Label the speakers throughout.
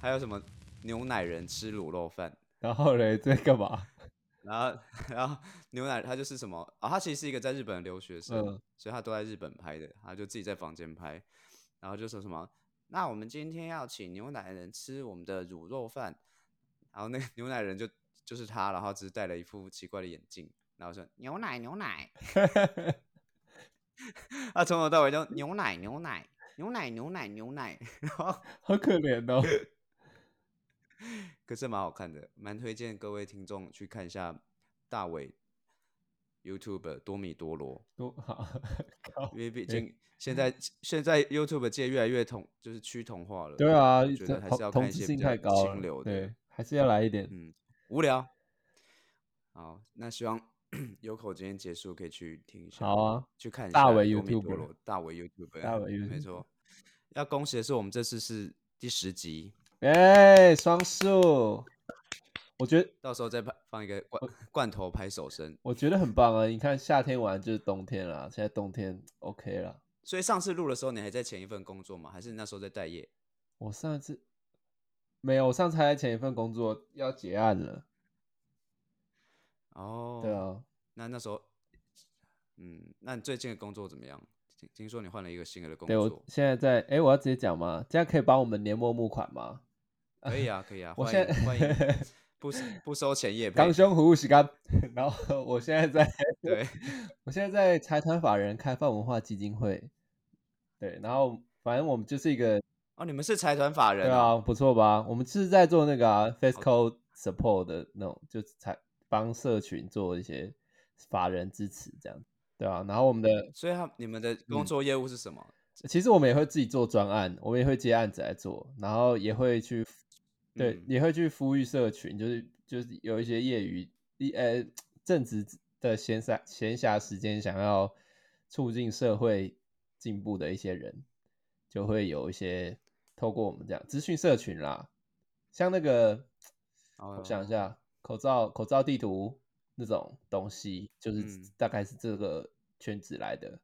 Speaker 1: 还有什么牛奶人吃卤肉饭，
Speaker 2: 然后嘞，这干嘛？
Speaker 1: 然后 然后牛奶他就是什么啊、他其实是一个在日本的留学生，
Speaker 2: 嗯
Speaker 1: 所以他都在日本拍的，他就自己在房间拍，然后就说什么，那我们今天要请牛奶人吃我们的卤肉饭， 然后那个 牛奶人就就是他，然后只是戴了一副奇怪的眼镜，然后说牛奶牛奶， 他从头到尾就牛奶牛奶牛奶牛奶牛奶，然后
Speaker 2: 好可怜哦。
Speaker 1: 可是蛮好看的，蛮推荐各位听众去看一下大伟 YouTube 多米多罗。
Speaker 2: 多哦 好，靠
Speaker 1: 因为毕竟现在
Speaker 2: 嗯
Speaker 1: 现在 YouTube 界越来越同就是趋同化了。
Speaker 2: 对啊，
Speaker 1: 我觉
Speaker 2: 这
Speaker 1: 得还是要
Speaker 2: 同
Speaker 1: 看一
Speaker 2: 同
Speaker 1: 些
Speaker 2: 质性
Speaker 1: 比较
Speaker 2: 太高
Speaker 1: 清流
Speaker 2: 了，
Speaker 1: 的
Speaker 2: 对，还是要来一点。
Speaker 1: 嗯，无聊。好，那希望 有口今天结束可以去听一下，
Speaker 2: 好啊，
Speaker 1: 去看一下
Speaker 2: 大伟
Speaker 1: 多米多
Speaker 2: YouTuber
Speaker 1: 罗大伟 YouTube，
Speaker 2: 大伟
Speaker 1: 没
Speaker 2: YouTuber
Speaker 1: 错。要恭喜的是，我们这次是第十集，
Speaker 2: 哎，双数，我觉得
Speaker 1: 到时候再拍放一个罐罐头拍手声。
Speaker 2: 我觉得很棒啊！你看夏天完就是冬天啦，现在冬天 OK 啦。
Speaker 1: 所以上次录的时候，你还在前一份工作吗？还是你那时候在待业？
Speaker 2: 我上次没有，我上次还在前一份工作要结案了，
Speaker 1: 哦，
Speaker 2: 对啊，
Speaker 1: 那那时候，嗯，那你最近的工作怎么样？听听说你换了一个新的工
Speaker 2: 对我
Speaker 1: 作，
Speaker 2: 现在在，哎，我要直接讲吗？这样可以帮我们年末募款吗？
Speaker 1: 可以啊，可以啊，
Speaker 2: 我
Speaker 1: 欢
Speaker 2: 现
Speaker 1: 迎欢 迎，不收不收钱也配
Speaker 2: 刚，胸虎洗干， 然后我现在在，
Speaker 1: 对，
Speaker 2: 我现在在财团法人开放文化基金会，对，然后反正我们就是一个，
Speaker 1: 哦，你们是财团法人
Speaker 2: 对
Speaker 1: 哦，
Speaker 2: 啊，不错吧？我们就是在做那个啊 fiscal support 的那种，就是才帮社群做一些法人支持这样，对啊，然后我们的
Speaker 1: 所以他你们的
Speaker 2: 嗯
Speaker 1: 工作业务是什么？
Speaker 2: 其实我们也会自己做专案，我们也会接案子来做，然后也会去，对，
Speaker 1: 嗯
Speaker 2: 也会去呼吁社群，就是就是有一些业余一呃正职的闲暇闲暇时间，想要促进社会进步的一些人，就会有一些透过我们这样资讯社群啦，像那个我想一下，口罩口罩地图那种东西，就是
Speaker 1: 嗯
Speaker 2: 大概是这个圈子来的。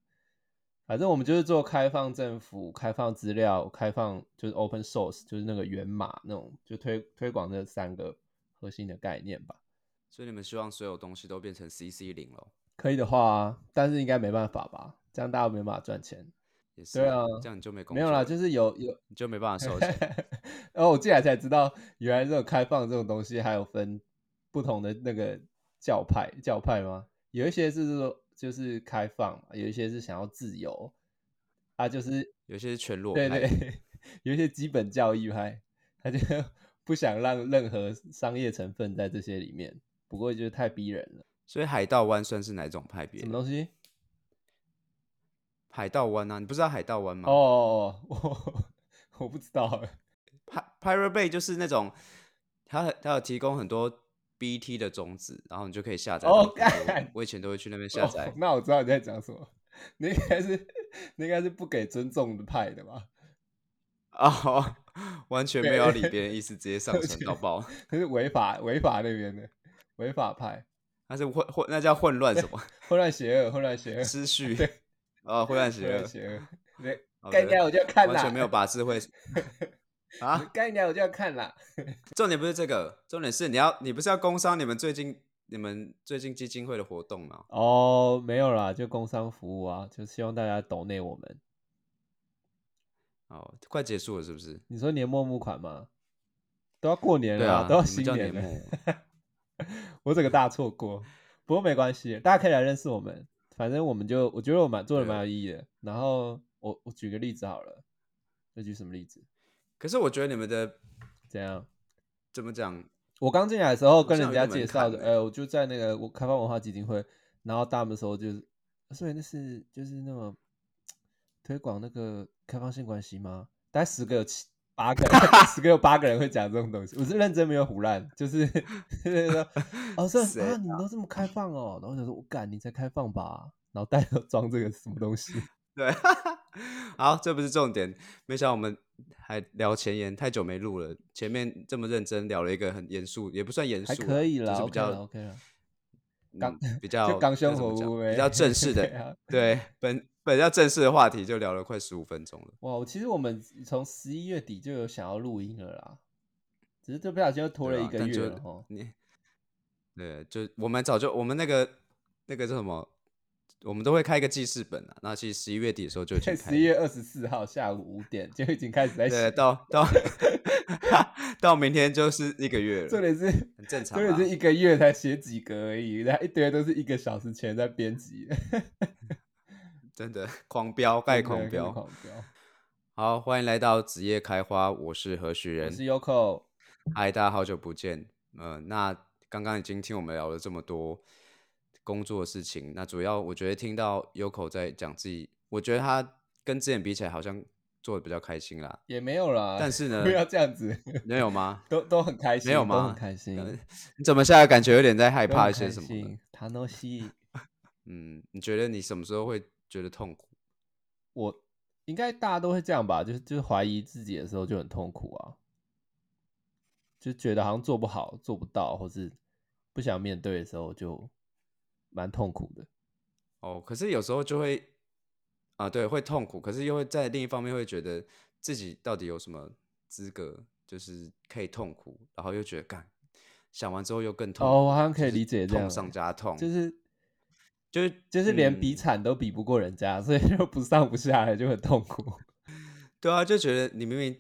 Speaker 2: 反正我们就是做开放政府、开放资料、开放就是 open source，就是那个源码那种，就推推广这三个核心的概念吧。
Speaker 1: 所以你们希望所有东西都变成 CC 零了，
Speaker 2: 可以的话，但是应该没办法吧？这样大家没办法赚钱。
Speaker 1: 也是，
Speaker 2: 对啊
Speaker 1: 这样你就没工
Speaker 2: 没有啦，就是是有有，
Speaker 1: 你就没办法收钱
Speaker 2: 然后我进来才知道，原来这种开放这种东西还有分不同的那个教派，教派吗？有一些是说就是开放嘛，有一些是想要自由，啊，就是
Speaker 1: 有些是全裸
Speaker 2: 对
Speaker 1: 派，
Speaker 2: 对， 有一些基本教义派，他就不想让任何商业成分在这些里面。不过就是太逼人了，
Speaker 1: 所以海盗湾算是哪种派别
Speaker 2: 什？么东西？
Speaker 1: 海盗湾啊，你不知道海盗湾吗？
Speaker 2: 哦， 我我不知道，
Speaker 1: Pi- Pirate Bay 就是那种，它它有提供很多 BT 的种子，然后你就可以下载到
Speaker 2: 哦
Speaker 1: 很多。
Speaker 2: 干
Speaker 1: 我以前都会去那边下载
Speaker 2: 哦。。那我知道你在讲什么，你应该是你应该是不给尊重的派的吧？
Speaker 1: 哦， 完全没有理
Speaker 2: 对
Speaker 1: 别人意思，直接上传到爆，
Speaker 2: 可是违法违法那边的违法派，
Speaker 1: 那是混混，那叫混乱什么
Speaker 2: 混乱邪恶，混乱邪恶，
Speaker 1: 失序？哦，混乱邪
Speaker 2: 混乱
Speaker 1: 恶，
Speaker 2: 邪恶。对，
Speaker 1: 好
Speaker 2: 干
Speaker 1: 的
Speaker 2: 掉我就要看啦，
Speaker 1: 完全没有把智慧啊！
Speaker 2: 干掉我就要看啦。
Speaker 1: 重点不是这个，重点是你要，你不是要工商你们最近你们最近基金会的活动吗？
Speaker 2: 哦，没有啦，就工商服务啊，就希望大家懂内我们。
Speaker 1: 哦，快结束了是不是？
Speaker 2: 你说年末募款吗？都要过年
Speaker 1: 对
Speaker 2: 了，
Speaker 1: 啊，
Speaker 2: 都要
Speaker 1: 你们
Speaker 2: 新
Speaker 1: 叫
Speaker 2: 年
Speaker 1: 年
Speaker 2: 了，
Speaker 1: 末。
Speaker 2: 我整个大错过。不过没关系，大家可以来认识我们，反正我们就我觉得我蛮做的蛮有意义的。然后我我举个例子好了，要举什么例子？
Speaker 1: 可是我觉得你们的
Speaker 2: 怎样？
Speaker 1: 怎么讲？
Speaker 2: 我刚进来的时候
Speaker 1: 好
Speaker 2: 跟
Speaker 1: 像
Speaker 2: 人
Speaker 1: 有
Speaker 2: 家
Speaker 1: 一个
Speaker 2: 介
Speaker 1: 门
Speaker 2: 绍
Speaker 1: 槛
Speaker 2: 的，
Speaker 1: 欸
Speaker 2: 呃，我就在那个我开放文化基金会，然后他们的时候就是，所以那是就是那么推广那个开放性关系吗？大概十个有七八个，十个有八个人 会讲这种东西，我是认真没有胡乱，就是 就 是说，哦，这
Speaker 1: 谁
Speaker 2: 啊，你们都这么开放哦，然后我想说，我干，你才开放吧，脑袋要 装这个什么 东西？
Speaker 1: 对，好，这不是重点。没想到我们还聊前言，太久没录了。前面这么认真聊了一个很严肃，也不算严肃
Speaker 2: 还
Speaker 1: 啦，
Speaker 2: 可以啦
Speaker 1: 就是比
Speaker 2: ，OK 啦
Speaker 1: 较
Speaker 2: ，OK 啦，
Speaker 1: 刚
Speaker 2: 刚
Speaker 1: 比较
Speaker 2: 就刚
Speaker 1: 该
Speaker 2: 生
Speaker 1: 怎么
Speaker 2: 活
Speaker 1: 讲
Speaker 2: 屋呗，
Speaker 1: 比较正式
Speaker 2: 对
Speaker 1: 的。
Speaker 2: 啊
Speaker 1: 对，本本要正式的话题就聊了快十五分钟了。
Speaker 2: 哇，我其实我们从十一月底就有想要录音了啦，只是这不小心又拖
Speaker 1: 对
Speaker 2: 了一
Speaker 1: 啊
Speaker 2: 个
Speaker 1: 但
Speaker 2: 月
Speaker 1: 就
Speaker 2: 了哦。
Speaker 1: 你对，就我们早就我们那个那个叫什么，我们都会开一个记事本啊。那其实十一月底的时候就已经
Speaker 2: 在
Speaker 1: 开
Speaker 2: 十一月二十四号下午五点就已经开始在
Speaker 1: 对，
Speaker 2: 写，
Speaker 1: 到到 到明天就是一个月
Speaker 2: 重
Speaker 1: 了，
Speaker 2: 点是
Speaker 1: 很正常
Speaker 2: 重点
Speaker 1: 啦。
Speaker 2: 是一个月才写几个而已，然后一堆都是一个小时前在编辑的，
Speaker 1: 真的狂飙，盖
Speaker 2: 真的
Speaker 1: 狂
Speaker 2: 真的
Speaker 1: 飙。
Speaker 2: 狂飙。
Speaker 1: 好，欢迎来到职业开花，我是何许
Speaker 2: 我
Speaker 1: 人
Speaker 2: 是。Yoko，
Speaker 1: 嗨，大家好久不见。呃，那刚刚已经听我们聊了这么多工作的事情，那主要我觉得听到 Yoko 在讲自己，我觉得他跟之前比起来好像做的比较开心啦。
Speaker 2: 也没有啦，
Speaker 1: 但是呢
Speaker 2: 不，要这样子，
Speaker 1: 没有吗？
Speaker 2: 都都很开心，
Speaker 1: 没有
Speaker 2: 都
Speaker 1: 吗
Speaker 2: 很？开心，
Speaker 1: 呃你怎么现在感觉有点在害
Speaker 2: 都
Speaker 1: 怕
Speaker 2: 很
Speaker 1: 一些
Speaker 2: 开
Speaker 1: 什么的？
Speaker 2: 心。塔诺西，
Speaker 1: 嗯，你觉得你什么时候会觉得痛苦？
Speaker 2: 我应该大家都会这样吧，就是就是怀疑自己的时候就很痛苦啊，就觉得好像做不好、做不到，或是不想面对的时候就蛮痛苦的。
Speaker 1: 哦，可是有时候就会啊，对，会痛苦，可是又会在另一方面会觉得自己到底有什么资格，就是可以痛苦，然后又觉得干，想完之后又更痛苦，
Speaker 2: 哦，我好像可以
Speaker 1: 就是
Speaker 2: 理解这
Speaker 1: 痛
Speaker 2: 样
Speaker 1: 上
Speaker 2: 欸
Speaker 1: 加痛，
Speaker 2: 就是
Speaker 1: 就是
Speaker 2: 就是连比
Speaker 1: 嗯
Speaker 2: 惨都比不过人家，所以就不上不下来就很痛 苦。
Speaker 1: 对啊，就觉得你明明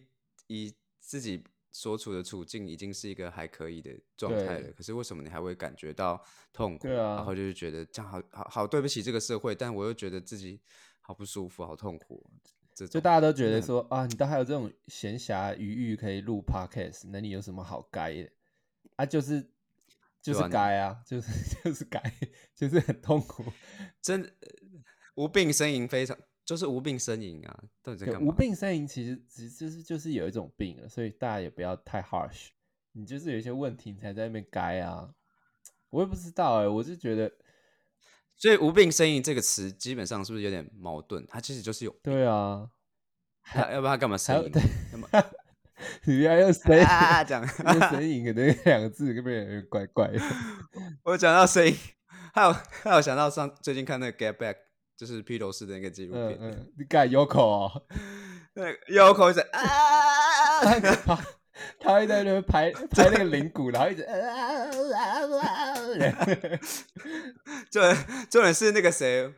Speaker 1: 以自己所处的处境已经是一个还可以的状态
Speaker 2: 对
Speaker 1: 了，可是为什么你还会感觉到痛苦？
Speaker 2: 对啊
Speaker 1: 然后就是觉得这样好好好对不起这个社会，但我又觉得自己好不舒服，好痛苦。哦这
Speaker 2: 就
Speaker 1: 种
Speaker 2: 大家都觉
Speaker 1: 真的
Speaker 2: 得
Speaker 1: 很
Speaker 2: 说啊，你都还有这种闲暇余裕可以录 podcast，那你有什么好该的？啊，就是就
Speaker 1: 对
Speaker 2: 是
Speaker 1: 啊你
Speaker 2: 该啊，就是就是 该，就是很痛苦，
Speaker 1: 真的无病呻吟，非常就是无病呻吟啊！到底在
Speaker 2: 对
Speaker 1: 干嘛？
Speaker 2: 无病呻吟其实其实就是就是有一种病了，所以大家也不要太 harsh，你就是有一些问题你才在那边该啊。我也不知道哎、我就觉得
Speaker 1: 所以“无病呻吟”这个词基本上是不是有点矛盾？它其实就是有，
Speaker 2: 对啊，
Speaker 1: 它要不然它干嘛
Speaker 2: 还
Speaker 1: 呻
Speaker 2: 有
Speaker 1: 吟
Speaker 2: 对？
Speaker 1: 那么
Speaker 2: 你不要用呻
Speaker 1: 啊啊啊
Speaker 2: 吟，
Speaker 1: 这样，
Speaker 2: 用呻吟可能两个字根本有点怪怪的。
Speaker 1: 我讲到声音，还有还有想到上最近看那个《Get Back》，就是披头士的那个纪录
Speaker 2: 嗯
Speaker 1: 片，
Speaker 2: 嗯，你敢有口哦？
Speaker 1: 那个有口水啊，
Speaker 2: 他他他会在那边拍拍 那个铃鼓，然后一直呃啊啊啊啊啊，
Speaker 1: 重点重点是那个谁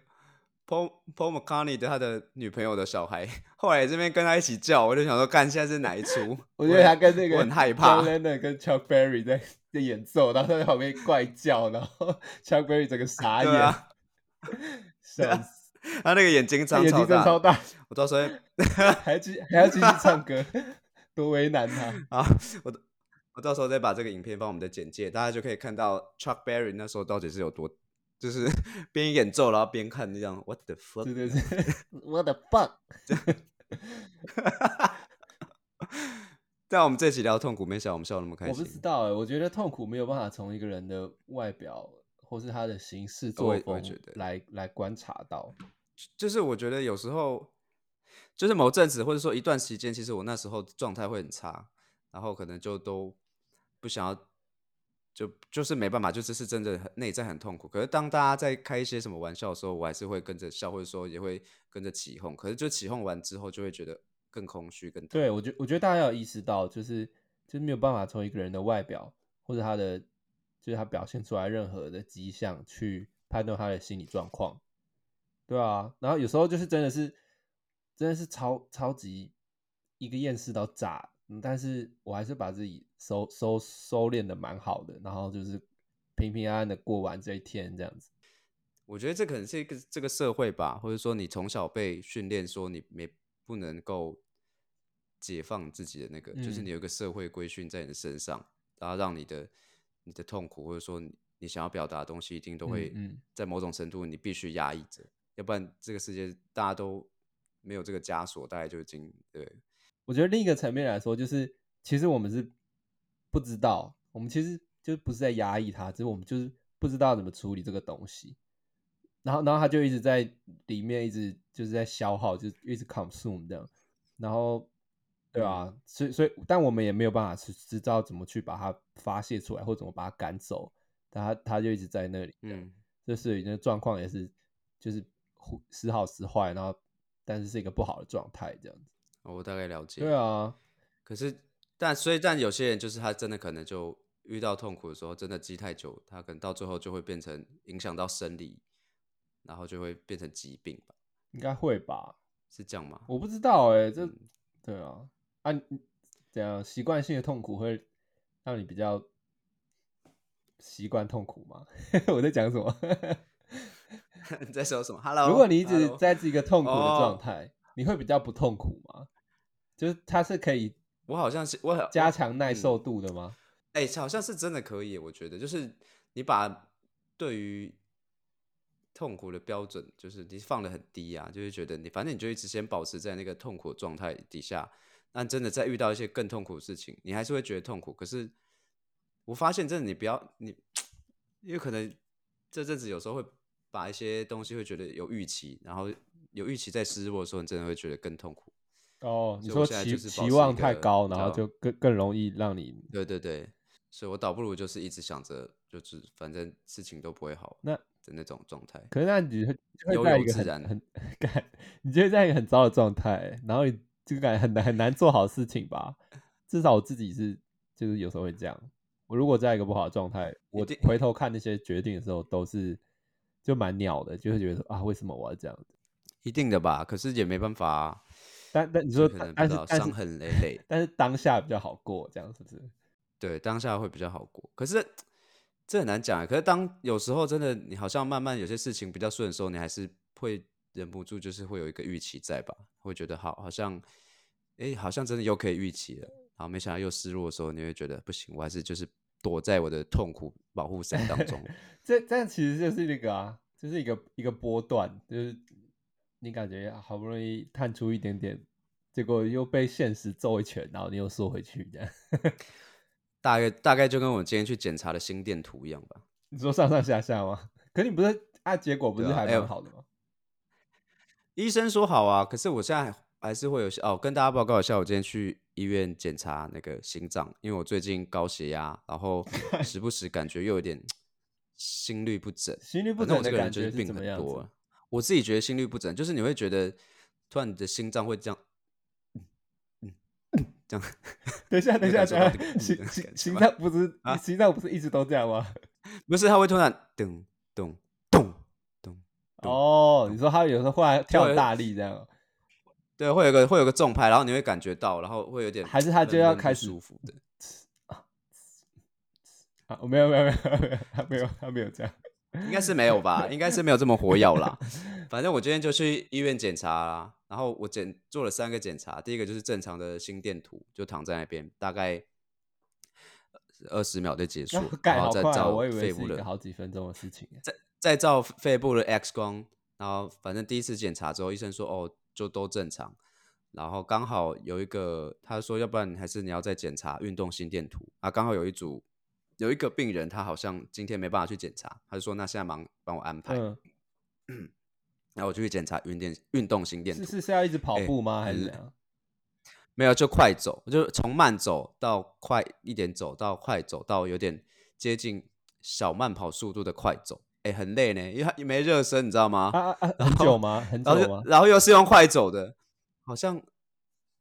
Speaker 1: ，Paul Paul McCartney 的他的女朋友的小孩，后来这边跟他一起叫，我就想说，干现在是哪一出？
Speaker 2: 我觉得他跟那
Speaker 1: 我
Speaker 2: 个
Speaker 1: 很害怕
Speaker 2: John Lennon 跟 Chuck Berry 在在演奏，然后他在旁边怪叫，然后 Chuck Berry 整个傻
Speaker 1: 对
Speaker 2: 眼，
Speaker 1: 啊，
Speaker 2: 笑死，
Speaker 1: 他那个眼睛
Speaker 2: 他
Speaker 1: 张
Speaker 2: 眼
Speaker 1: 超
Speaker 2: 睛真
Speaker 1: 大，
Speaker 2: 的超大，
Speaker 1: 我到时候会
Speaker 2: 还要继还要继续唱歌， 多为难他。
Speaker 1: 啊，我到我到时候再把这个影片放我们的简介，大家就可以看到 Chuck Berry 那时候到底是有多，就是边演奏然后边看这样，What the fuck？
Speaker 2: 真的是我的 fuck，
Speaker 1: 但我们这期聊痛苦，没想到我们笑得那 么开
Speaker 2: 我
Speaker 1: 心。
Speaker 2: 不知道哎、我觉得痛苦没有办法从一个人的外表或是他的行事
Speaker 1: 我
Speaker 2: 作
Speaker 1: 也我也
Speaker 2: 风
Speaker 1: 觉得
Speaker 2: 来来观察到。
Speaker 1: 就是我觉得有时候，就是某阵子或者说一段时间，其实我那时候状态会很差，然后可能就都不想要，就就是没办法，就只是真的很内在很痛苦。可是当大家在开一些什么玩笑的时候，我还是会跟着笑，或者说也会跟着起哄。可是就起哄完之后，就会觉得更空虚，更痛
Speaker 2: 对，我觉我觉得大家要有意识到，就是就是没有办法从一个人的外表或者他的就是他表现出来任何的迹象去判断他的心理状况。对啊，然后有时候就是真的是真的是超超级一个厌世到炸，嗯但是我还是把自己收收收敛的蛮好的，然后就是平平安安的过完这一天这样子。
Speaker 1: 我觉得这可能是一个这个社会吧，或者说你从小被训练说你没不能够解放自己的那个，就是
Speaker 2: 嗯
Speaker 1: 你有一个社会规训在你的身上，然后让你的你的痛苦或者说你你想要表达的东西，一定都
Speaker 2: 嗯
Speaker 1: 会
Speaker 2: 嗯
Speaker 1: 在某种程度你必须压抑着，要不然这个世界大家都没有这个枷锁，大概就已经对
Speaker 2: 我觉得另一个层面来说，就是其实我们是不知道，我们其实就不是在压抑它，只是我们就是不知道怎么处理这个东西。然后，然后它就一直在里面，一直就是在消耗，就一直 consume 这样。然后，对啊，所以所以，但我们也没有办法去知道怎么去把它发泄出来，或怎么把它赶走。但它它就一直在那里，嗯，
Speaker 1: 嗯。
Speaker 2: 就是那状况也是就是忽时好时坏，然后但是是一个不好的状态这样子。
Speaker 1: 哦我大概了解。
Speaker 2: 对，啊，
Speaker 1: 可是但所以但有些人就是他真的可能就遇到痛苦的时候，真的积太久，他可能到最后就会变成影响到生理，然后就会变成疾病吧？
Speaker 2: 应该会吧？
Speaker 1: 是这样吗？
Speaker 2: 我不知道哎、这
Speaker 1: 嗯
Speaker 2: 对啊啊，你怎样习惯性的痛苦会让你比较习惯痛苦吗？ 我在讲什么？
Speaker 1: 你在说什么？Hello，
Speaker 2: 如果你一直
Speaker 1: 哦 hello
Speaker 2: 在自己一个痛苦的
Speaker 1: 哦
Speaker 2: 状态，你会比较不痛苦吗？就是它是可以
Speaker 1: 我好像是我好
Speaker 2: 加强
Speaker 1: 嗯
Speaker 2: 耐受度的吗？
Speaker 1: 哎、好像是真的可以耶，我觉得就是你把对于痛苦的标准，就是你放的很低啊，就是觉得你反正你就一直先保持在那个痛苦的状态底下，那真的在遇到一些更痛苦的事情，你还是会觉得痛苦。可是我发现真的你不要你，因为可能这阵子有时候会把一些东西会觉得有预期，然后有预期在失落的时候，你真的会觉得更痛苦。
Speaker 2: 哦，你
Speaker 1: 嗯所以我
Speaker 2: 说
Speaker 1: 现在
Speaker 2: 期
Speaker 1: 就是保
Speaker 2: 期
Speaker 1: 持
Speaker 2: 望
Speaker 1: 一
Speaker 2: 太
Speaker 1: 个啊
Speaker 2: 高，
Speaker 1: 比
Speaker 2: 然后
Speaker 1: 较
Speaker 2: 就更更容易让你
Speaker 1: 对对对，所以我倒不如就是一直想着，就是反正事情都不会好，
Speaker 2: 那
Speaker 1: 的那种状态。
Speaker 2: 可是那你会就
Speaker 1: 悠
Speaker 2: 会在
Speaker 1: 游
Speaker 2: 一个
Speaker 1: 自
Speaker 2: 很
Speaker 1: 然
Speaker 2: 很 感，你就会在一个很糟的状态欸，然后你就感觉很难很难做好事情吧。至少我自己是，就是有时候会这样。我如果在一个不好的状态，我
Speaker 1: 定
Speaker 2: 回头看那些决定的时候，都是就蛮鸟的，就会觉得说啊，为什么我要这样子？
Speaker 1: 一定的吧，可是也没办法、啊，
Speaker 2: 但但你
Speaker 1: 就
Speaker 2: 说
Speaker 1: 可能
Speaker 2: 当，
Speaker 1: 不知
Speaker 2: 但是
Speaker 1: 道
Speaker 2: 但是
Speaker 1: 伤痕累累，
Speaker 2: 但是当下比较好过，这样是不是？
Speaker 1: 对，当下会比较好过。可是这很难讲啊，可是当有时候真的你好像慢慢有些事情比较顺的时候，你还是会忍不住就是会有一个预期在吧，会觉得好好像，哎，好像真的又可以预期了。然后没想到又失落的时候，你会觉得不行，我还是就是躲在我的痛苦保护伞当 中。
Speaker 2: 这这样其实就是那个啊，就是一个一个波段，就是你感觉好不容易探出一点点，结果又被现实揍一拳，然后你又缩回去这样。
Speaker 1: 大概大概就跟我今天去检查的心电图一样吧。
Speaker 2: 你说上上下下吗？可你不是按、结果不
Speaker 1: 对
Speaker 2: 是
Speaker 1: 啊
Speaker 2: 还
Speaker 1: 哎呦
Speaker 2: 蛮好的吗？
Speaker 1: 医生说好啊，可是我现在还还是会有些哦，跟大家报告一下，我今天去医院检查那个心脏，因为我最近高血压，然 后时不时感觉又有点心律不整。
Speaker 2: 心律不
Speaker 1: 反正
Speaker 2: 整
Speaker 1: 我这
Speaker 2: 的
Speaker 1: 个人
Speaker 2: 感
Speaker 1: 就
Speaker 2: 觉是
Speaker 1: 病
Speaker 2: 怎么
Speaker 1: 很
Speaker 2: 样
Speaker 1: 多
Speaker 2: 子
Speaker 1: 啊，？我自己觉得心律不整，就是你会觉得突然你的心脏会这样，嗯嗯，这样。
Speaker 2: 等一下，等一
Speaker 1: 没
Speaker 2: 下，
Speaker 1: 有
Speaker 2: 等
Speaker 1: 感受到
Speaker 2: 一
Speaker 1: 那
Speaker 2: 下，
Speaker 1: 个
Speaker 2: 心
Speaker 1: 感觉
Speaker 2: 心心
Speaker 1: 吧
Speaker 2: 脏不是、
Speaker 1: 啊
Speaker 2: 心脏不是一直都这样吗？
Speaker 1: 不是，它会突然噔咚咚咚，对
Speaker 2: 哦，你说他有时候忽然跳
Speaker 1: 对
Speaker 2: 很大力这样，
Speaker 1: 对，会有个会有个重拍，然后你会感觉到，然后会有点
Speaker 2: 还是他就
Speaker 1: 闷
Speaker 2: 要
Speaker 1: 闷不
Speaker 2: 开始
Speaker 1: 舒服的。
Speaker 2: 啊，没有没有没有没有，他没有他没有这样。
Speaker 1: 应该是没有吧，应该是没有这么活跃啦。反正我今天就去医院检查啦，然后我检做了三个检查，第一个就是正常的心电图，就躺在那边，大概二十秒就 结束，
Speaker 2: 盖
Speaker 1: 然后
Speaker 2: 好
Speaker 1: 再
Speaker 2: 快、啊，
Speaker 1: 照
Speaker 2: 我以为
Speaker 1: 肺
Speaker 2: 是
Speaker 1: 部
Speaker 2: 一个
Speaker 1: 的，
Speaker 2: 好几分钟的事情耶。欸
Speaker 1: 再照肺部的 X 光，然后反正第一次检查之后，医生说哦，就都正常。然后刚好有一个，他说要不然还是你要再检查运动心电图啊。刚好有一组有一个病人，他好像今天没办法去检查，他就说那现在忙帮我安排。
Speaker 2: 嗯，
Speaker 1: 然后我就去检查运电运动心电
Speaker 2: 是
Speaker 1: 图，
Speaker 2: 是是要一直跑
Speaker 1: 哎
Speaker 2: 步吗？还
Speaker 1: 很
Speaker 2: 是
Speaker 1: 累
Speaker 2: 怎样？
Speaker 1: 没有就快走，就是从慢走到快一点走到快走到有点接近小慢跑速度的快走，哎，很累呢，因为它也没热身，你知道吗？
Speaker 2: 啊啊啊！
Speaker 1: 然
Speaker 2: 很
Speaker 1: 后
Speaker 2: 久吗？很
Speaker 1: 然后
Speaker 2: 久
Speaker 1: 就
Speaker 2: 吗？
Speaker 1: 然后又是用快走的，好像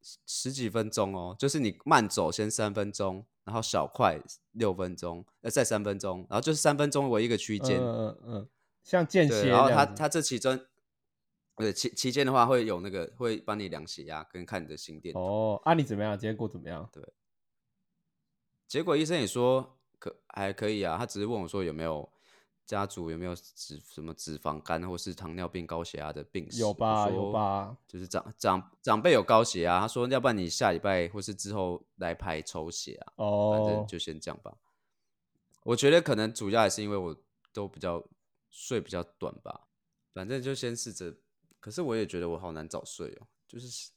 Speaker 1: 十十几分钟哦，就是你慢走先三分钟，然后小快六分钟，呃，再三分钟，然后就是三分钟为一个区
Speaker 2: 嗯
Speaker 1: 间，
Speaker 2: 嗯嗯嗯，像间歇
Speaker 1: 对，
Speaker 2: 这
Speaker 1: 然后
Speaker 2: 样
Speaker 1: 他
Speaker 2: 子
Speaker 1: 他这期间，对期期间的话会有那个会帮你量血压跟看你的心电图。
Speaker 2: 哦，啊，你怎么样？结果怎么样？
Speaker 1: 结果医生也说可还可以啊，他只是问我说有没有家族有没有脂什么脂肪肝或是糖尿病、高血压的病史。
Speaker 2: 有
Speaker 1: 我
Speaker 2: 吧有
Speaker 1: 说
Speaker 2: 吧，
Speaker 1: 就是长长长辈有高血压，他说要不然你下礼拜或是之后来排抽血啊，反正
Speaker 2: 哦，
Speaker 1: 就先这样吧。我觉得可能主要也是因为我都比较睡比较短吧，反正就先试着。可是我也觉得我好难早睡哦，就是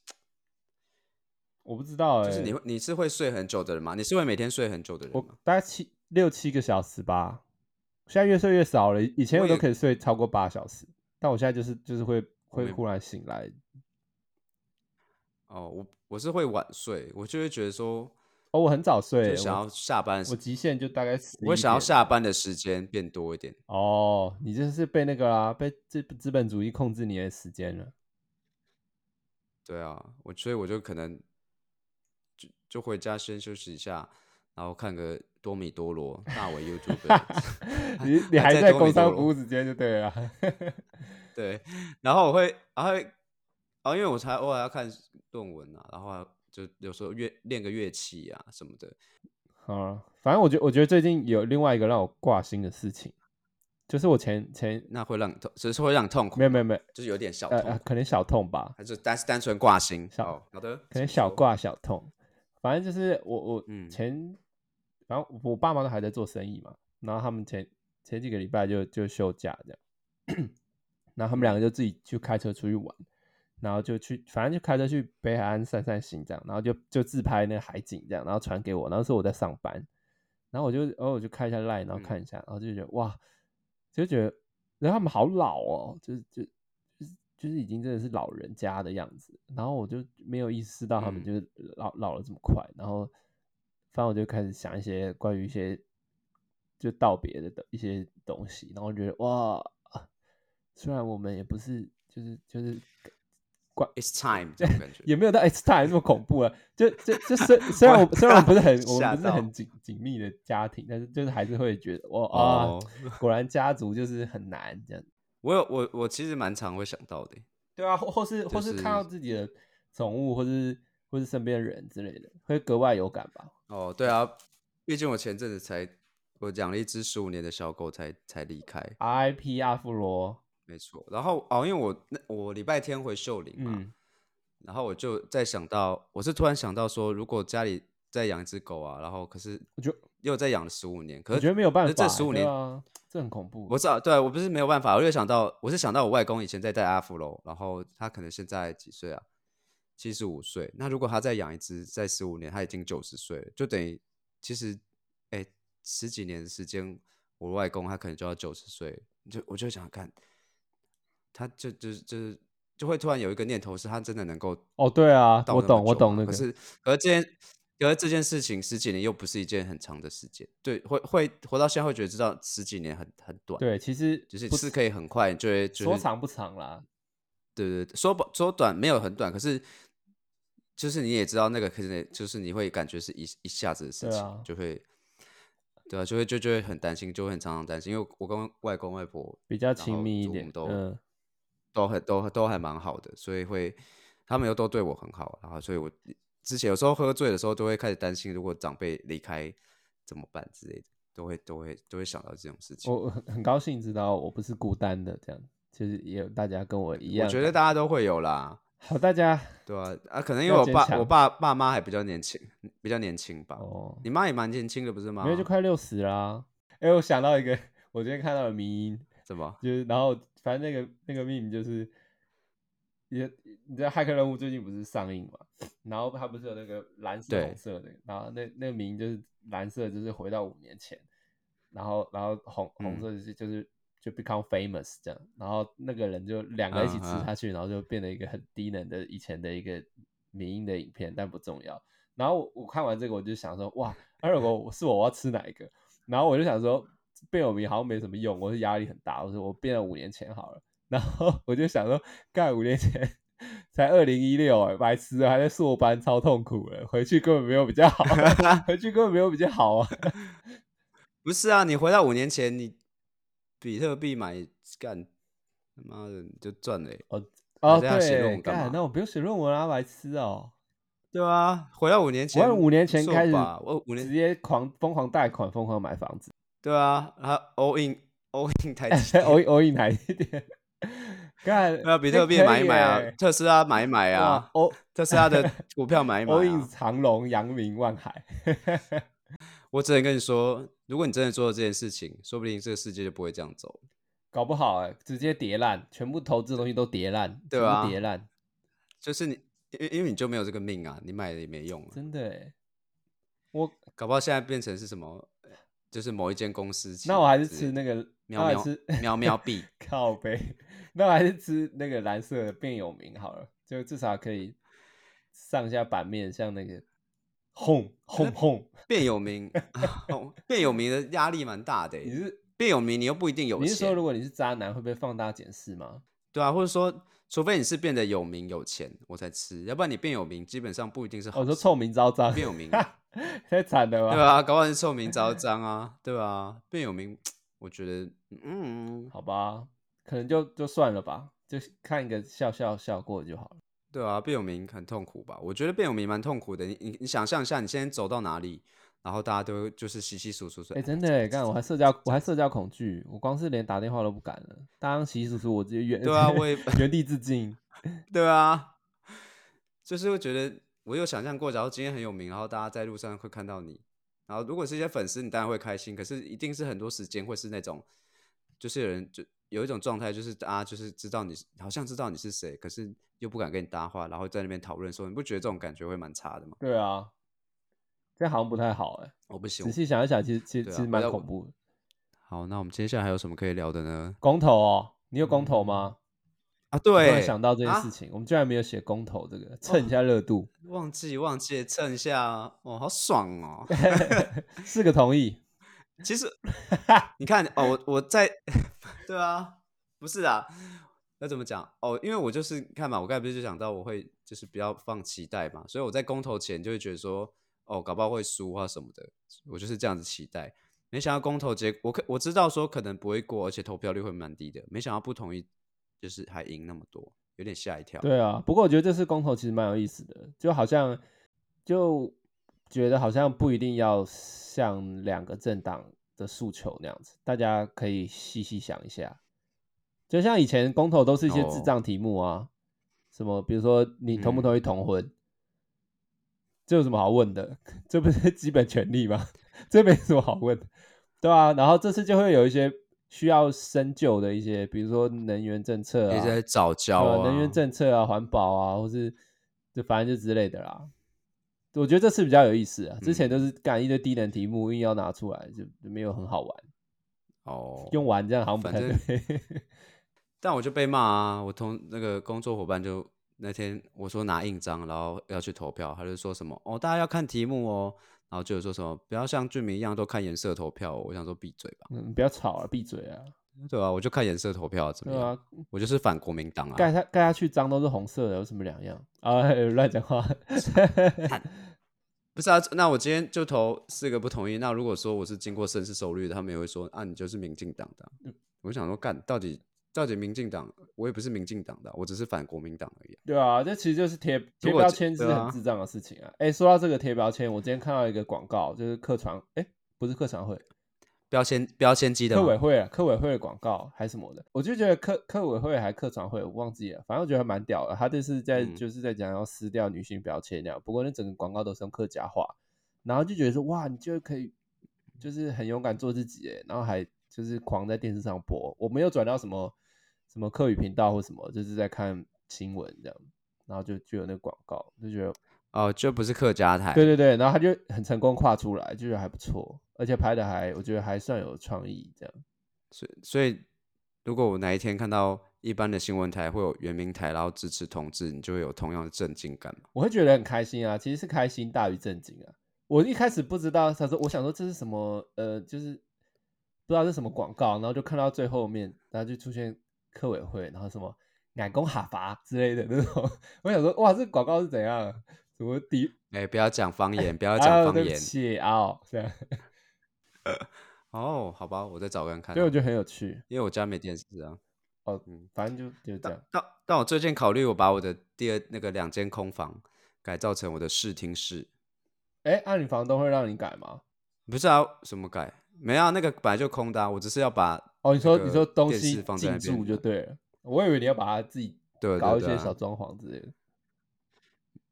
Speaker 2: 我不知道哎、
Speaker 1: 就是你会嗯你是会睡很久的人吗？你是会每天睡很久的人
Speaker 2: 我
Speaker 1: 吗？
Speaker 2: 大概七六七个小时吧，现在越睡越少了。以前
Speaker 1: 我
Speaker 2: 我都
Speaker 1: 也
Speaker 2: 可以睡超过八小时，但我现在就是就是会会
Speaker 1: 也
Speaker 2: 忽然醒来。
Speaker 1: 哦，我我是会晚睡，我就会觉得说，
Speaker 2: 哦，我很早
Speaker 1: 就
Speaker 2: 睡，
Speaker 1: 想
Speaker 2: 我
Speaker 1: 要下班的时，
Speaker 2: 我极限就大概十
Speaker 1: 我会
Speaker 2: 一
Speaker 1: 想要
Speaker 2: 点。
Speaker 1: 下班的时间变多一点。
Speaker 2: 哦，你就是被那个啦，被资资本主义控制你的时间了。
Speaker 1: 对啊，我所以我就可能就就回家先休息一下，然后看个多米多罗大 为 YouTube，
Speaker 2: 你你还
Speaker 1: 还在
Speaker 2: 在
Speaker 1: 多
Speaker 2: 工
Speaker 1: 米多
Speaker 2: 商
Speaker 1: 罗
Speaker 2: 服务时间就对了 啊。
Speaker 1: 对，然后我会，然后会哦，因为我才偶尔要看论文啊，然后还就有时候乐练个乐器啊什么的，
Speaker 2: 好了，反正我觉我觉得最近有另外一个让我挂心的事情，就是我前前
Speaker 1: 那会让你痛，只是会让你痛苦，
Speaker 2: 没有没有没有，
Speaker 1: 就是有点小
Speaker 2: 呃
Speaker 1: 痛
Speaker 2: 呃，
Speaker 1: 苦，
Speaker 2: 可能小痛吧，
Speaker 1: 还是单单纯挂心。
Speaker 2: 小
Speaker 1: 哦，好的，
Speaker 2: 可
Speaker 1: 请
Speaker 2: 能小
Speaker 1: 说，
Speaker 2: 挂小痛，反正就是我我
Speaker 1: 嗯
Speaker 2: 前，反正我爸妈都还在做生意嘛，然后他们前前几个礼拜就就休假这样， 然后他们两个就自己去开车出去玩，然后就去反正就开车去北海岸散散心这样，然后就就自拍那个海景这样，然后传给我，然后说我在上班，然后我就偶尔就看一下 line，然后
Speaker 1: 嗯
Speaker 2: 看一下，然后就觉得哇，就觉得，然后他们好老哦，就是就就是就是已经真的是老人家的样子。然后我就没有意识到他们
Speaker 1: 嗯
Speaker 2: 就是老、老了这么快。然后，反正我就开始想一些关于一些就道别的一些东西，然后觉得哇， 虽然我们也不是就是就是
Speaker 1: ，It's time 这种感觉。
Speaker 2: 也没有到 X 大那么恐怖啊。 就就就 虽虽然我虽然我不是很我们
Speaker 1: 吓
Speaker 2: 不是
Speaker 1: 到
Speaker 2: 很紧紧密的家庭，但是就是还是会觉得哇啊，
Speaker 1: 哦，
Speaker 2: 果然家族就是很难这样。
Speaker 1: 我有我我其实蛮常会想到的，
Speaker 2: 对啊，或或是或是
Speaker 1: 就
Speaker 2: 看
Speaker 1: 是
Speaker 2: 到自己的宠物，或是或是身边的人之类的，会格外有感吧？
Speaker 1: 哦，对啊，毕竟我前阵子才我养了一只十五年的小狗才才离开，
Speaker 2: R.I.P. 阿芙罗，
Speaker 1: 没错。然后哦，因为我那我礼拜天回秀林嘛，
Speaker 2: 嗯，
Speaker 1: 然后我就在想到，我是突然想到说，如果家里再养一只狗啊，然后可是
Speaker 2: 我觉得
Speaker 1: 又再养了十五年，可
Speaker 2: 我
Speaker 1: 是
Speaker 2: 觉得没有办
Speaker 1: 可是
Speaker 2: 法、
Speaker 1: 这
Speaker 2: 欸，
Speaker 1: 十五
Speaker 2: 对
Speaker 1: 年，
Speaker 2: 啊，这很恐怖。
Speaker 1: 我知道，对啊我不是没有办法，我就想到，我是想到我外公以前在带阿芙楼，然后他可能现在几岁啊？七十五岁。那如果他再养一只，在十五年，他已经九十岁了，就等于其实，哎、十几年的时间，我外公他可能就要九十岁了，就我就想看，他就就是就是就会突然有一个念头，是他真的能够
Speaker 2: 哦，对啊，
Speaker 1: 到
Speaker 2: 我
Speaker 1: 那么
Speaker 2: 懂，我
Speaker 1: 久
Speaker 2: 懂
Speaker 1: 吗
Speaker 2: 那个
Speaker 1: 可，是，可是这件，可是这件事情十几年又不是一件很长的时间，对，会会活到现在会觉得知道十几年很很短，
Speaker 2: 对，其实
Speaker 1: 就是
Speaker 2: 不
Speaker 1: 是可以很快就会就
Speaker 2: 说
Speaker 1: 是
Speaker 2: 长不长啦，
Speaker 1: 对对对，说不说短没有很短，可是就是你也知道那个可能就是你会感觉是一一下子的事
Speaker 2: 对
Speaker 1: 情，
Speaker 2: 啊
Speaker 1: 就会对啊，就会就就会很担心，就会很常常担心，因为我跟外公外婆
Speaker 2: 比较
Speaker 1: 然
Speaker 2: 亲
Speaker 1: 后
Speaker 2: 密一
Speaker 1: 祖
Speaker 2: 点
Speaker 1: 母，都
Speaker 2: 嗯，
Speaker 1: 都很都都还蛮好的，所以会他们又都对我很好，然后所以我之前有时候喝醉的时候都会开始担心，如果长辈离开怎么办之类的，都会都会都会想到这种事情。
Speaker 2: 我 我很很高兴知道我不是孤单的，这样，就是也有大家跟我一
Speaker 1: 我
Speaker 2: 样，
Speaker 1: 觉得大家都会有啦，
Speaker 2: 好，大家
Speaker 1: 对啊，啊，可能因
Speaker 2: 要
Speaker 1: 为我
Speaker 2: 坚
Speaker 1: 爸
Speaker 2: 强
Speaker 1: 我爸爸妈还比较年轻，比较年轻吧。
Speaker 2: 哦，
Speaker 1: 你妈也蛮年轻的，不是吗？
Speaker 2: 没有就快六十啦。哎、我想到一个，我今天看到的迷音，
Speaker 1: 怎么？
Speaker 2: 就是然后反正那个那个 meme 就是，也你知道《骇客任务》最近不是上映嘛， 然后它不是有那个蓝色
Speaker 1: 对
Speaker 2: 红色的，然后那那个名就是蓝色就是回到五年前，然后然后红红
Speaker 1: 嗯
Speaker 2: 色就是、就是就 become famous 这样，然后那个人就两个一起吃
Speaker 1: 嗯嗯
Speaker 2: 下去，然后就变得一个很低能的以前的一个民音的影片，但不重要。然后我我看完这个，我就想说，哇，那如果我是我，我要吃哪一个？然后我就想说，变有名好像没什么用，我是压力很大。我说我变了五年前好了，然后 我就想说，干五年前 才二零一六，哎，白痴啊，还在硕班，超痛苦了，回去根本没有比较好， 回去根本没有比较好啊。
Speaker 1: 不是啊，你回到五年前，你比特币买干，他妈的你就赚了欸、
Speaker 2: 哦，
Speaker 1: 这样写论
Speaker 2: 对，
Speaker 1: 文干
Speaker 2: 干
Speaker 1: 嘛，
Speaker 2: 那我不用写论文啊，白痴哦。
Speaker 1: 对啊，回到五年
Speaker 2: 我
Speaker 1: 前，
Speaker 2: 按五年前
Speaker 1: 硕
Speaker 2: 开始
Speaker 1: 吧我五
Speaker 2: 直
Speaker 1: 年，
Speaker 2: 接狂疯狂贷款，疯狂买房 子，
Speaker 1: 对啊，然后 all in all in 台积
Speaker 2: 在
Speaker 1: 电，
Speaker 2: 欧欧印台积电，干
Speaker 1: 对啊，比
Speaker 2: 那
Speaker 1: 特币
Speaker 2: 可
Speaker 1: 买一
Speaker 2: 以
Speaker 1: 买啊
Speaker 2: 耶，
Speaker 1: 特斯拉买一买
Speaker 2: 哇
Speaker 1: 啊，
Speaker 2: 欧
Speaker 1: 特斯拉 的股票买一买
Speaker 2: 欧印
Speaker 1: 啊。
Speaker 2: 长隆、阳明、万海。
Speaker 1: 我只能跟你说，如果你真的做了这件事情，说不定这个世界就不会这样走。
Speaker 2: 搞不好哎、直接叠烂，全部投资的东西都叠烂，
Speaker 1: 对
Speaker 2: 全
Speaker 1: 啊
Speaker 2: 部叠烂，
Speaker 1: 就是你，因为因为你就没有这个命啊，你买了也没用啊。
Speaker 2: 真的哎、我
Speaker 1: 搞不好现在变成是什么，呃就是某一间公司起来之类的。
Speaker 2: 那我还是吃那个，那
Speaker 1: 喵
Speaker 2: 我还
Speaker 1: 喵
Speaker 2: 是
Speaker 1: 喵喵币，
Speaker 2: 靠背，那我还是吃那个蓝色的变有名好了，就至少可以上下版面，像那个轰轰轰，
Speaker 1: 变有名， 变有名的压力蛮大的欸、
Speaker 2: 你是
Speaker 1: 变有名，你又不一定有
Speaker 2: 你是说
Speaker 1: 钱
Speaker 2: 如。果你是渣男会被放大检视吗？
Speaker 1: 对啊，或者说，除非你是变得有名有钱，我才吃，要不然你变有名，基本上不一定是好
Speaker 2: 我
Speaker 1: 吃。
Speaker 2: 哦说臭名昭彰，
Speaker 1: 变有名， 啊
Speaker 2: 太惨了吧？
Speaker 1: 对啊吧、搞不好是臭名昭彰啊，对吧、变有名，我觉得，嗯，
Speaker 2: 好吧，可能就就算了吧，就看一个笑笑笑过就好了。
Speaker 1: 对啊，变有名很痛苦吧？我觉得变有名蛮痛苦的。你你你想象一下，你现在走到哪里，然后大家都就是稀稀疏疏说，
Speaker 2: 哎、真
Speaker 1: 啊这
Speaker 2: 的
Speaker 1: 个
Speaker 2: 耶，
Speaker 1: 这
Speaker 2: 干我
Speaker 1: 个
Speaker 2: 还社交，我还社交恐惧，我光是连打电话都不敢了。大家洗洗簌簌，我直接原
Speaker 1: 对啊，我也
Speaker 2: 原地自尽。
Speaker 1: 对啊，就是会觉得我有想象过，然后今天很有名，然后大家在路上会看到你，然后如果是一些粉丝，你当然会开心，可是一定是很多时间会是那种，就是有人就有一种状态，就是大家就是知道你是好像知道你是谁，可是又不敢跟你搭话，然后在那边讨论说，你不觉得这种感觉会蛮差的吗？
Speaker 2: 对啊，这好像不太好哎。
Speaker 1: 我不行
Speaker 2: 仔。细想一想，其实其实、
Speaker 1: 对啊
Speaker 2: 其实
Speaker 1: 不
Speaker 2: 蛮
Speaker 1: 要
Speaker 2: 恐怖的。
Speaker 1: 好，那我们接下来还有什么可以聊的呢？
Speaker 2: 公投哦，你有公投吗？
Speaker 1: 啊，
Speaker 2: 我突然
Speaker 1: 对，
Speaker 2: 想到这件
Speaker 1: 啊哦
Speaker 2: 事情，我们居然没有写公投这个，蹭一下热度，
Speaker 1: 忘记忘记蹭一下，哦，好爽 哦！
Speaker 2: 四个同意。
Speaker 1: 其 实你看哦，我我在 对啊，不是啊，要怎么讲哦？因为我就是看嘛，我刚才不是就讲到我会就是比较放期待嘛，所以我在公投前就会觉得说哦，搞不好会输啊什么的，我就是这样子期待。没想到公投结我可我知道说可能不会过，而且投票率会蛮低的，没想到不同意就是还赢那么多，有点吓一跳。
Speaker 2: 对啊，不过我觉得这次公投其实蛮有意思的，就好像就觉得好像不一定要像两个政党的诉求那样子，大家可以细细想一下。就像以前公投都是一些智
Speaker 1: 哦
Speaker 2: 障题目啊，什么比如说你同不
Speaker 1: 嗯
Speaker 2: 同意同婚，这有什么好问的？ 这不是基本权利吗？ 这没什么好问的，对啊。然后这次就会有一些需要深究的一些，比如说能源政策啊，
Speaker 1: 也在早教
Speaker 2: 呃
Speaker 1: 啊，
Speaker 2: 能源政策啊、环保啊，或是就反正就之类的啦。我觉得这次比较有意思啊，之
Speaker 1: 嗯
Speaker 2: 前都是干一堆低能题目，硬要拿出来，就就没有很好玩。
Speaker 1: 哦，
Speaker 2: 用完这样好像不
Speaker 1: 反
Speaker 2: 太
Speaker 1: 正
Speaker 2: 对。
Speaker 1: 但我就被骂啊，我同那个工作伙伴就那天我说拿印章，然后要去投票，他就说什么哦，大家要看题目哦，然后就有说什么不要像俊明一样都看颜色投票哦、我想说闭嘴吧，
Speaker 2: 嗯，不要吵啊，闭嘴啊，
Speaker 1: 对啊，我就看颜色投票、啊、怎么
Speaker 2: 对
Speaker 1: 样？
Speaker 2: 啊，
Speaker 1: 我就是反国民党
Speaker 2: 盖
Speaker 1: 啊，
Speaker 2: 下盖下去章都是红色的，有什么两样 啊？乱讲话。
Speaker 1: 不是啊，那我今天就投四个不同意，那如果说我是经过深思熟虑的，他们也会说啊，你就是民进党的啊、
Speaker 2: 嗯
Speaker 1: 我想说干到底。到底民进党，我也不是民进党的啊，我只是反国民党而已啊、
Speaker 2: 对啊，这其实就是贴贴
Speaker 1: 如果
Speaker 2: 标
Speaker 1: 这
Speaker 2: 签是
Speaker 1: 对
Speaker 2: 很
Speaker 1: 啊
Speaker 2: 智障的事情啊。哎、说到这个贴标签，我今天看到一个广告，就是客传，哎、不是客传会，
Speaker 1: 标签标签机的
Speaker 2: 客
Speaker 1: 吗
Speaker 2: 委会啊，客委会的广告还是什么的，我就觉得客客委会还客传会，我忘记了，反正我觉得还蛮屌的。他这是在、
Speaker 1: 嗯
Speaker 2: 就是在讲要撕掉女性标签那样，不过那整个广告都是用客家话，然后就觉得说哇，你就可以就是很勇敢做自己耶，然后还就是狂在电视上播，我没有转到什么什么客语频道或什么，就是在看新闻这样，然后就就有那个广告，就觉得
Speaker 1: 哦，就不是客家台。
Speaker 2: 对对对，然后他就很成功跨出来，就觉得还不错，而且拍的还我觉得还算有创意这样。
Speaker 1: 所以，所以如果我哪一天看到一般的新闻台会有原民台，然后支持同志，你就会有同样的震惊感嘛？
Speaker 2: 我会觉得很开心啊，其实是开心大于震惊啊。我一开始不知道，他说我想说这是什么，呃，就是不知道这是什么广告，然后就看到最后面，然后就出现客委会，然后什么奶工哈伐之类的那种， 我想说哇，这广告是怎样？什么敌？
Speaker 1: 哎、不要讲方 言，不要讲
Speaker 2: 啊，
Speaker 1: 方
Speaker 2: 对不
Speaker 1: 言。
Speaker 2: 起啊，哦这样，
Speaker 1: 哦，好吧，我再找个人看啊、
Speaker 2: 所以我觉得很有趣。
Speaker 1: 因为我家没电视啊。
Speaker 2: 哦
Speaker 1: 嗯，
Speaker 2: 反正就就是这样
Speaker 1: 但。但但我最近考虑，我把我的第二那个两间空房改造成我的视听室。
Speaker 2: 哎，按、你房东会让你改吗？
Speaker 1: 不是啊，什么改？没啊，那个本来就空的、啊，我只是要把
Speaker 2: 哦，你说
Speaker 1: 那
Speaker 2: 你
Speaker 1: 个
Speaker 2: 说东
Speaker 1: 电
Speaker 2: 西
Speaker 1: 视放在那
Speaker 2: 进
Speaker 1: 边
Speaker 2: 驻就对了，我以为你要把它自己
Speaker 1: 对
Speaker 2: 搞
Speaker 1: 对
Speaker 2: 一
Speaker 1: 对
Speaker 2: 些
Speaker 1: 啊、
Speaker 2: 小装潢之类的。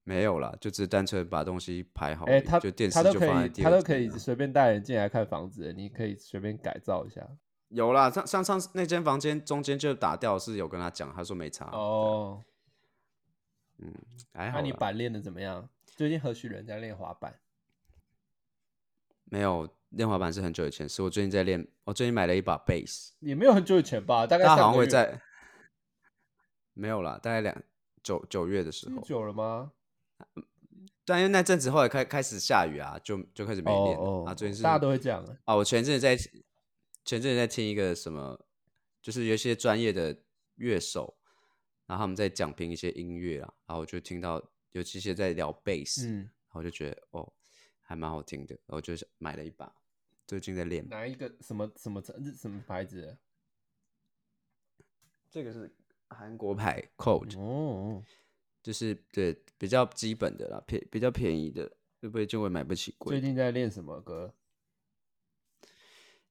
Speaker 1: 没有啦，就只是单纯把东西排好而
Speaker 2: 哎、
Speaker 1: 已。
Speaker 2: 他
Speaker 1: 就电视
Speaker 2: 他都
Speaker 1: 就
Speaker 2: 可
Speaker 1: 放在
Speaker 2: 以，
Speaker 1: 第
Speaker 2: 他
Speaker 1: 二
Speaker 2: 都可
Speaker 1: 间
Speaker 2: 以
Speaker 1: 啊
Speaker 2: 随便带人进来看房子，你可以随便改造一下。
Speaker 1: 有啦，上上上次那间房间中间就打掉，是有跟他讲，他说没差。
Speaker 2: 哦，
Speaker 1: 对啊，还
Speaker 2: 那、
Speaker 1: 好
Speaker 2: 你
Speaker 1: 啦。
Speaker 2: 板练的怎么样？最近何许人在练滑板？
Speaker 1: 没有练滑板是很久以前的事，是我最近在练，我最近买了一把 bass，
Speaker 2: 也没有很久以前吧，大概
Speaker 1: 大家
Speaker 2: 上
Speaker 1: 好像
Speaker 2: 个
Speaker 1: 会
Speaker 2: 月
Speaker 1: 在，没有啦，大概两九九月的时
Speaker 2: 这么
Speaker 1: 候，
Speaker 2: 久了吗？
Speaker 1: 但因为那阵子后来开开始下雨啊，就就开始没
Speaker 2: 哦
Speaker 1: 练了
Speaker 2: 哦
Speaker 1: 啊。最近是
Speaker 2: 大家都会这样啊。
Speaker 1: 啊，我前阵子在前阵子在听一个什么，就是有一些专业的乐手，然后他们在讲评一些音乐啊，然后我就听到，尤其是在聊贝斯、
Speaker 2: 嗯，
Speaker 1: 然后我就觉得哦，还蛮好听的，然后就是买了一把，最近在练。
Speaker 2: 哪一个什么什么这什么牌子的？
Speaker 1: 这个是韩国牌
Speaker 2: 嗯
Speaker 1: Code，、
Speaker 2: 哦，
Speaker 1: 就是对比较基本的啦，便比较便宜的，会不会就会买不起贵
Speaker 2: 最
Speaker 1: 的？
Speaker 2: 近在练什么歌？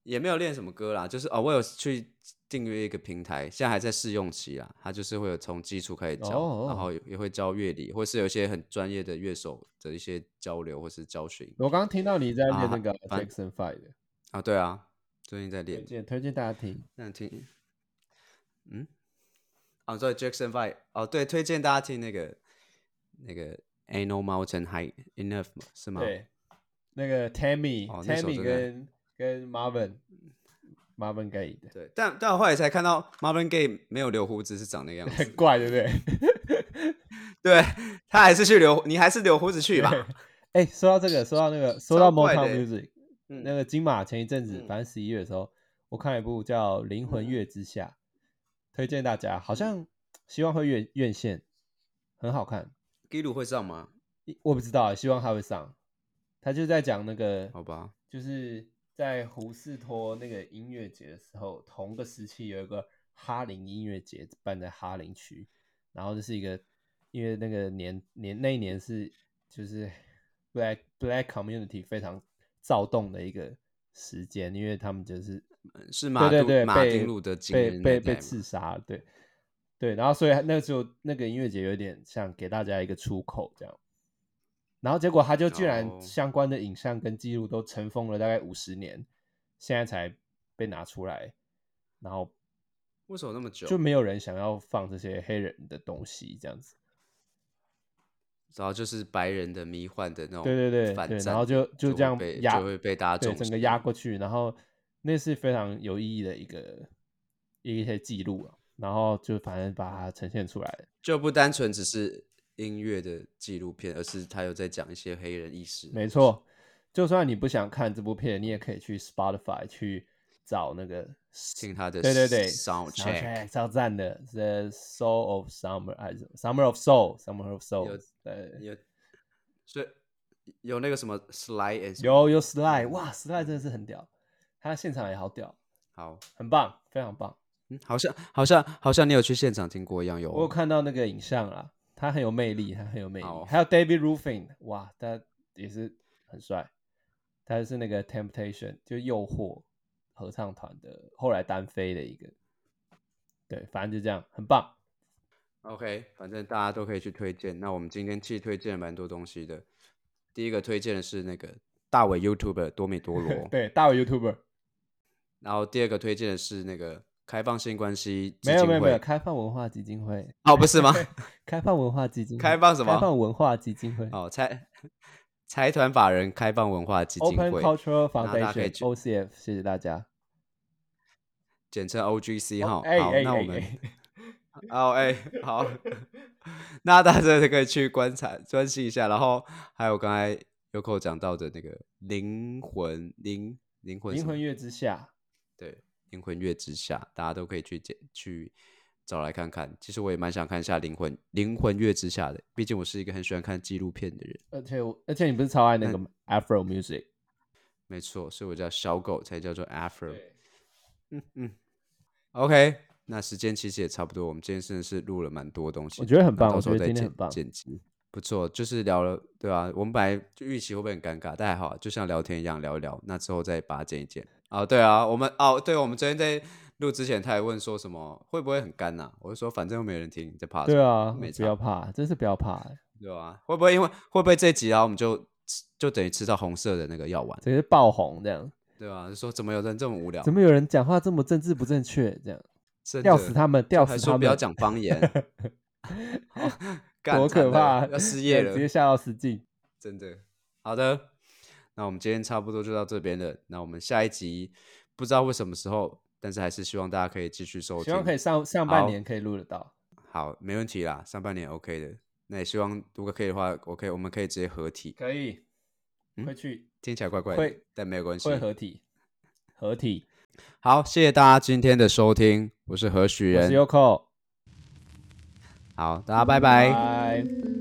Speaker 1: 也没有练什么歌啦，就是哦，我有去订阅一个平台，现在还在试用期啦，它就是会有从基础开始教，
Speaker 2: 哦
Speaker 1: 然后也也会教乐理，或是有一些很专业的乐手的一些交流或是教学影片
Speaker 2: 我刚刚听到你在练
Speaker 1: 啊
Speaker 2: 那个
Speaker 1: 反
Speaker 2: Jackson Five 的，
Speaker 1: 啊，对啊，最近在
Speaker 2: 推
Speaker 1: 练，
Speaker 2: 荐推荐大家听。
Speaker 1: 那你听，嗯，啊，对，Jackson Five，哦，对，推荐大家听那个那个 Anal Mountain High Enough 嘛是吗？
Speaker 2: 对，那个 Tammy、
Speaker 1: 哦那首
Speaker 2: Tammy
Speaker 1: 真的
Speaker 2: 跟跟 Marvin Marvin Gaye 的，
Speaker 1: 对，但但我后来才看到 Marvin Gaye 没有留胡子是长那个样
Speaker 2: 很
Speaker 1: 子，
Speaker 2: 怪，对不对？
Speaker 1: 对他还是去留，你还是留胡子去 吧。
Speaker 2: 哎，说到这个，说到那个，说到
Speaker 1: 超怪的
Speaker 2: Motown
Speaker 1: 欸
Speaker 2: Music，
Speaker 1: 嗯
Speaker 2: 那个金马前一阵子，
Speaker 1: 嗯
Speaker 2: 反正十一月的时候，我看了一部叫《灵魂
Speaker 1: 嗯
Speaker 2: 月之下》，推荐大家，好像希望会院院线，很好看。
Speaker 1: 基鲁会上吗？
Speaker 2: 我不知道，希望他会上。他就在讲那个，
Speaker 1: 好吧，
Speaker 2: 就是在胡士托那个音乐节的时候，同个时期有一个哈林音乐节办在哈林区，然后这是一个，因为那个年年那一年是就是 black black community 非常躁动的一个时间，因为他们就是
Speaker 1: 嗯是马
Speaker 2: 对
Speaker 1: 杜
Speaker 2: 对对
Speaker 1: 马
Speaker 2: 被
Speaker 1: 丁路德金
Speaker 2: 被
Speaker 1: 的那
Speaker 2: 被
Speaker 1: 一代
Speaker 2: 被
Speaker 1: 嘛
Speaker 2: 刺杀了，对对，然后所以那时候那个音乐节有点像给大家一个出口这样，然后结果他就居
Speaker 1: 哦
Speaker 2: 然相关的影像跟记录都尘封了大概五十年，现在才被拿出来，然后
Speaker 1: 为什么那么久？
Speaker 2: 就没有人想要放这些黑人的东西这样子，
Speaker 1: 然后就是白人的迷幻的那种
Speaker 2: 对对对
Speaker 1: 反
Speaker 2: 对，
Speaker 1: 战
Speaker 2: 然后就
Speaker 1: 就
Speaker 2: 这样
Speaker 1: 会被
Speaker 2: 压
Speaker 1: 就会被大家
Speaker 2: 对
Speaker 1: 重
Speaker 2: 整
Speaker 1: 视
Speaker 2: 个压过去，然后那是非常有意义的一个一些记录啊，然后就反正把它呈现出来。
Speaker 1: 就不单纯只是音乐的纪录片，而是他有在讲一些黑人意识。
Speaker 2: 没，错，就算你不想看这部片，你也可以去 Spotify 去找那个，
Speaker 1: 听他的
Speaker 2: 对对对
Speaker 1: sound check，
Speaker 2: soundtrack 超赞的，《The Soul of Summer》还是什么《Summer of Soul》，《Summer of Soul
Speaker 1: 有》
Speaker 2: 对，
Speaker 1: 有所以有那个什么 slide and 什么
Speaker 2: 有有 Sly，哇，Sly 真的是很屌，他现场也好屌，
Speaker 1: 好，
Speaker 2: 很棒，非常棒。
Speaker 1: 嗯，好像好像好像你有去现场听过一样，有
Speaker 2: 我有
Speaker 1: 哦
Speaker 2: 看到那个影像啊，他很有魅力，他很有魅力。
Speaker 1: 好
Speaker 2: 还有 David Ruffin，哇，他也是很帅，他是那个 Temptation 就诱惑合唱团的，后来单飞的一个。对，反正就这样，很棒。
Speaker 1: OK，反正大家都可以去推荐。那我们今天其实推荐了蛮多东西的。第一个推荐的是那个大伟 YouTuber 多米多罗，
Speaker 2: 对，大伟 YouTuber
Speaker 1: 然后第二个推荐的是那个开放性关系基金
Speaker 2: 没有
Speaker 1: 会，
Speaker 2: 没有没有，开放文化基金会，
Speaker 1: 哦，不是 吗？
Speaker 2: 开放文化基金会，
Speaker 1: 开放什么
Speaker 2: 开放文化基金会
Speaker 1: 哦，财财团法人开放文化基金
Speaker 2: ，Open
Speaker 1: 会，
Speaker 2: Cultural
Speaker 1: 那大家可以去
Speaker 2: Foundation（OCF），谢谢大家。
Speaker 1: 简称 OGC 哈。
Speaker 2: 哎
Speaker 1: 好，
Speaker 2: 哎
Speaker 1: 那
Speaker 2: 哎
Speaker 1: 我们
Speaker 2: 哎
Speaker 1: 哦，哎、好， 那大家真的可以去观察、专心一下。然后还有刚才 Yoko 讲到的那个灵魂、灵灵魂、
Speaker 2: 灵魂月之下，
Speaker 1: 对，灵魂乐之下，大家都可以去捡去找来看看。其实我也蛮想看一下灵魂灵魂乐之下的，毕竟我是一个很喜欢看纪录片的人。
Speaker 2: 而且我而且你不是超爱那个吗 Afro Music？
Speaker 1: 没错，所以我叫小狗，才叫做 Afro。
Speaker 2: 对，
Speaker 1: 嗯嗯，OK，那时间其实也差不多，我们今天真的是录了蛮多东西的，
Speaker 2: 我觉得很
Speaker 1: 那
Speaker 2: 棒
Speaker 1: 到
Speaker 2: 我
Speaker 1: 时
Speaker 2: 觉
Speaker 1: 候
Speaker 2: 得
Speaker 1: 再
Speaker 2: 今天
Speaker 1: 剪
Speaker 2: 很棒
Speaker 1: 剪辑。不错，就是聊了，对吧、我们本来就预期会不会很尴尬，但还好，就像聊天一样聊一聊。那之后再把它剪一剪。哦，对啊，我们哦，对，我们昨天在录之前，他还问说什么会不会很干呐、我就说反正又没有人听，你在怕什么？
Speaker 2: 对啊，
Speaker 1: 没
Speaker 2: 不
Speaker 1: 差
Speaker 2: 要怕，真是不要怕欸，
Speaker 1: 对啊，会不会因为会不会这集啊，我们就吃就等于吃到红色的那个药丸，
Speaker 2: 直接爆红这样。
Speaker 1: 对吧、就说怎么有人这么无聊
Speaker 2: 怎，么有人讲话这么政治不正确？这样
Speaker 1: 真
Speaker 2: 吊
Speaker 1: 的
Speaker 2: 死他们，吊
Speaker 1: 还
Speaker 2: 死
Speaker 1: 说
Speaker 2: 他们！
Speaker 1: 不要讲方 言，好干
Speaker 2: 多
Speaker 1: 惨
Speaker 2: 可
Speaker 1: 了
Speaker 2: 怕啊，
Speaker 1: 要失
Speaker 2: 对
Speaker 1: 业
Speaker 2: 直接
Speaker 1: 了，
Speaker 2: 吓到失禁。
Speaker 1: 真的。好的，那我们今天差不多就到这边了。那我们下一集不知道会什么时候，但是还是希望大家可以继续收听。
Speaker 2: 希望可以上上
Speaker 1: 好
Speaker 2: 半年可以录得到。
Speaker 1: 好，没问题啦，上半年 OK 的。那也希望如果可以的话，OK，我们可以直接合体，
Speaker 2: 可以，
Speaker 1: 嗯
Speaker 2: 会去
Speaker 1: 听起来怪怪的
Speaker 2: 会，
Speaker 1: 但没有关系
Speaker 2: 会。合体，合体。
Speaker 1: 好，谢谢大家今天的收听，我是何许
Speaker 2: 我
Speaker 1: 人
Speaker 2: 是，Yoko，
Speaker 1: 好，大家拜拜。
Speaker 2: 拜。